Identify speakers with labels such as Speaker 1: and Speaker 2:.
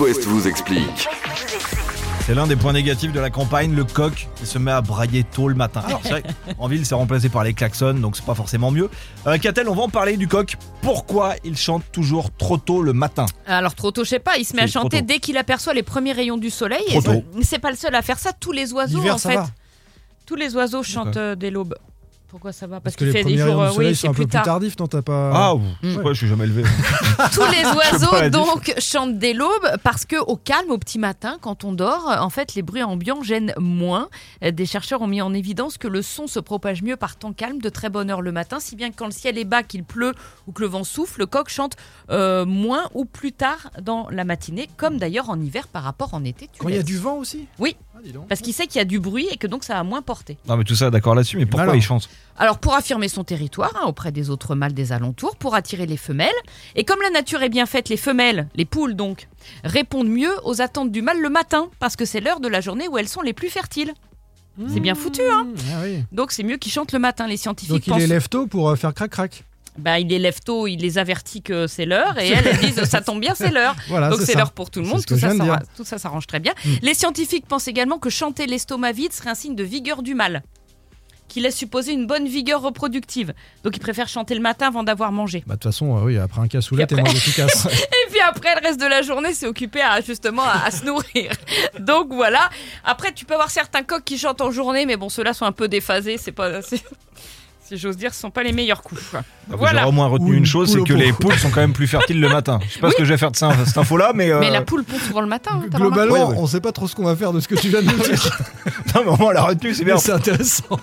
Speaker 1: West vous explique.
Speaker 2: C'est l'un des points négatifs de la campagne, le coq il se met à brailler tôt le matin. Alors, c'est vrai, en ville, c'est remplacé par les klaxons, donc c'est pas forcément mieux. Euh, Catel, on va en parler du coq. Pourquoi il chante toujours trop tôt le matin
Speaker 3: Euh, Alors trop tôt, je sais pas, il se met à
Speaker 2: C'est trop
Speaker 3: chanter
Speaker 2: tôt.
Speaker 3: dès qu'il aperçoit les premiers rayons du soleil.
Speaker 2: Trop
Speaker 3: Et
Speaker 2: tôt.
Speaker 3: C'est pas le seul à faire ça, tous les oiseaux
Speaker 2: L'hiver,
Speaker 3: en
Speaker 2: ça
Speaker 3: fait.
Speaker 2: va.
Speaker 3: Tous les oiseaux chantent euh, dès l'aube. Pourquoi ça va Parce,
Speaker 4: que
Speaker 3: qu'il
Speaker 4: les
Speaker 3: fait des
Speaker 4: premiers
Speaker 3: jours,
Speaker 4: rayons
Speaker 3: euh,
Speaker 4: du soleil
Speaker 3: oui,
Speaker 4: sont
Speaker 3: c'est
Speaker 4: un
Speaker 3: plus
Speaker 4: peu plus
Speaker 3: tard.
Speaker 4: tardifs, non T'as pas.
Speaker 2: Ah, ouf, je sais pas, je suis jamais levé.
Speaker 3: Tous
Speaker 2: pas
Speaker 3: les
Speaker 2: la
Speaker 3: oiseaux
Speaker 2: différence.
Speaker 3: donc chantent dès l'aube parce que au calme, au petit matin, quand on dort, euh, en fait, les bruits ambiants gênent moins. Euh, Des chercheurs ont mis en évidence que le son se propage mieux par temps calme, de très bonne heure le matin, si bien que quand le ciel est bas, qu'il pleut ou que le vent souffle, le coq chante euh, moins ou plus tard dans la matinée, comme d'ailleurs en hiver par rapport en été. tu
Speaker 4: Quand
Speaker 3: l'as
Speaker 4: il y a
Speaker 3: dit.
Speaker 4: du vent aussi
Speaker 3: Oui.
Speaker 4: Ah, dis donc.
Speaker 3: Parce qu'il sait qu'il y a du bruit et que donc ça a moins porté.
Speaker 2: Non, mais tout ça, d'accord là-dessus, mais pourquoi
Speaker 4: Malin.
Speaker 2: il chante
Speaker 3: Alors pour affirmer son territoire hein, auprès des autres mâles des alentours, pour attirer les femelles, et comme la nature est bien faite, les femelles, les poules donc, répondent mieux aux attentes du mâle le matin, parce que c'est l'heure de la journée où elles sont les plus fertiles. C'est bien foutu, hein
Speaker 4: Ah oui.
Speaker 3: Donc c'est mieux qu'ils chantent le matin, les scientifiques
Speaker 4: Donc il
Speaker 3: pensent.
Speaker 4: les lève tôt pour euh, faire crac-crac.
Speaker 3: Bah, il les lève tôt, il les avertit que c'est l'heure, et elles, elles disent ça tombe bien, c'est l'heure.
Speaker 4: Voilà,
Speaker 3: Donc c'est
Speaker 4: ça.
Speaker 3: l'heure pour tout le
Speaker 4: Ah, C'est
Speaker 3: monde,
Speaker 4: ce que
Speaker 3: tout ça,
Speaker 4: je viens de
Speaker 3: s'arra-
Speaker 4: dire.
Speaker 3: tout ça s'arrange très bien.
Speaker 4: Mm.
Speaker 3: Les scientifiques pensent également que chanter l'estomac vide serait un signe de vigueur du mâle, qui laisse supposer une bonne vigueur reproductive. Donc ils préfèrent chanter le matin avant d'avoir mangé.
Speaker 4: Bah, de toute façon, euh, oui, après un cassoulet, t'es moins efficace.
Speaker 3: Et puis après, le reste de la journée, c'est occupé à justement à, à se nourrir. Donc voilà. Après, tu peux avoir certains coqs qui chantent en journée, mais bon, ceux-là sont un peu déphasés. C'est pas, c'est- si j'ose dire, ce sont pas les meilleurs coups. quoi.
Speaker 2: Ah, Vous
Speaker 3: Voilà.
Speaker 2: J'aurais au moins retenu
Speaker 4: Ou
Speaker 2: une
Speaker 4: une
Speaker 2: chose,
Speaker 4: poule
Speaker 2: c'est
Speaker 4: au
Speaker 2: que
Speaker 4: pot.
Speaker 2: les poules sont quand même plus fertiles le matin. Je sais pas ce que je vais faire de ça- cette info-là, mais. euh,
Speaker 3: Mais la poule pond souvent le matin. hein, t'as
Speaker 4: Globalement,
Speaker 2: Oui, oui.
Speaker 4: on sait pas trop ce qu'on va faire de ce que tu viens de nous dire.
Speaker 2: non, mais au moins, on l'a retenue, c'est bien.
Speaker 4: Mais c'est intéressant.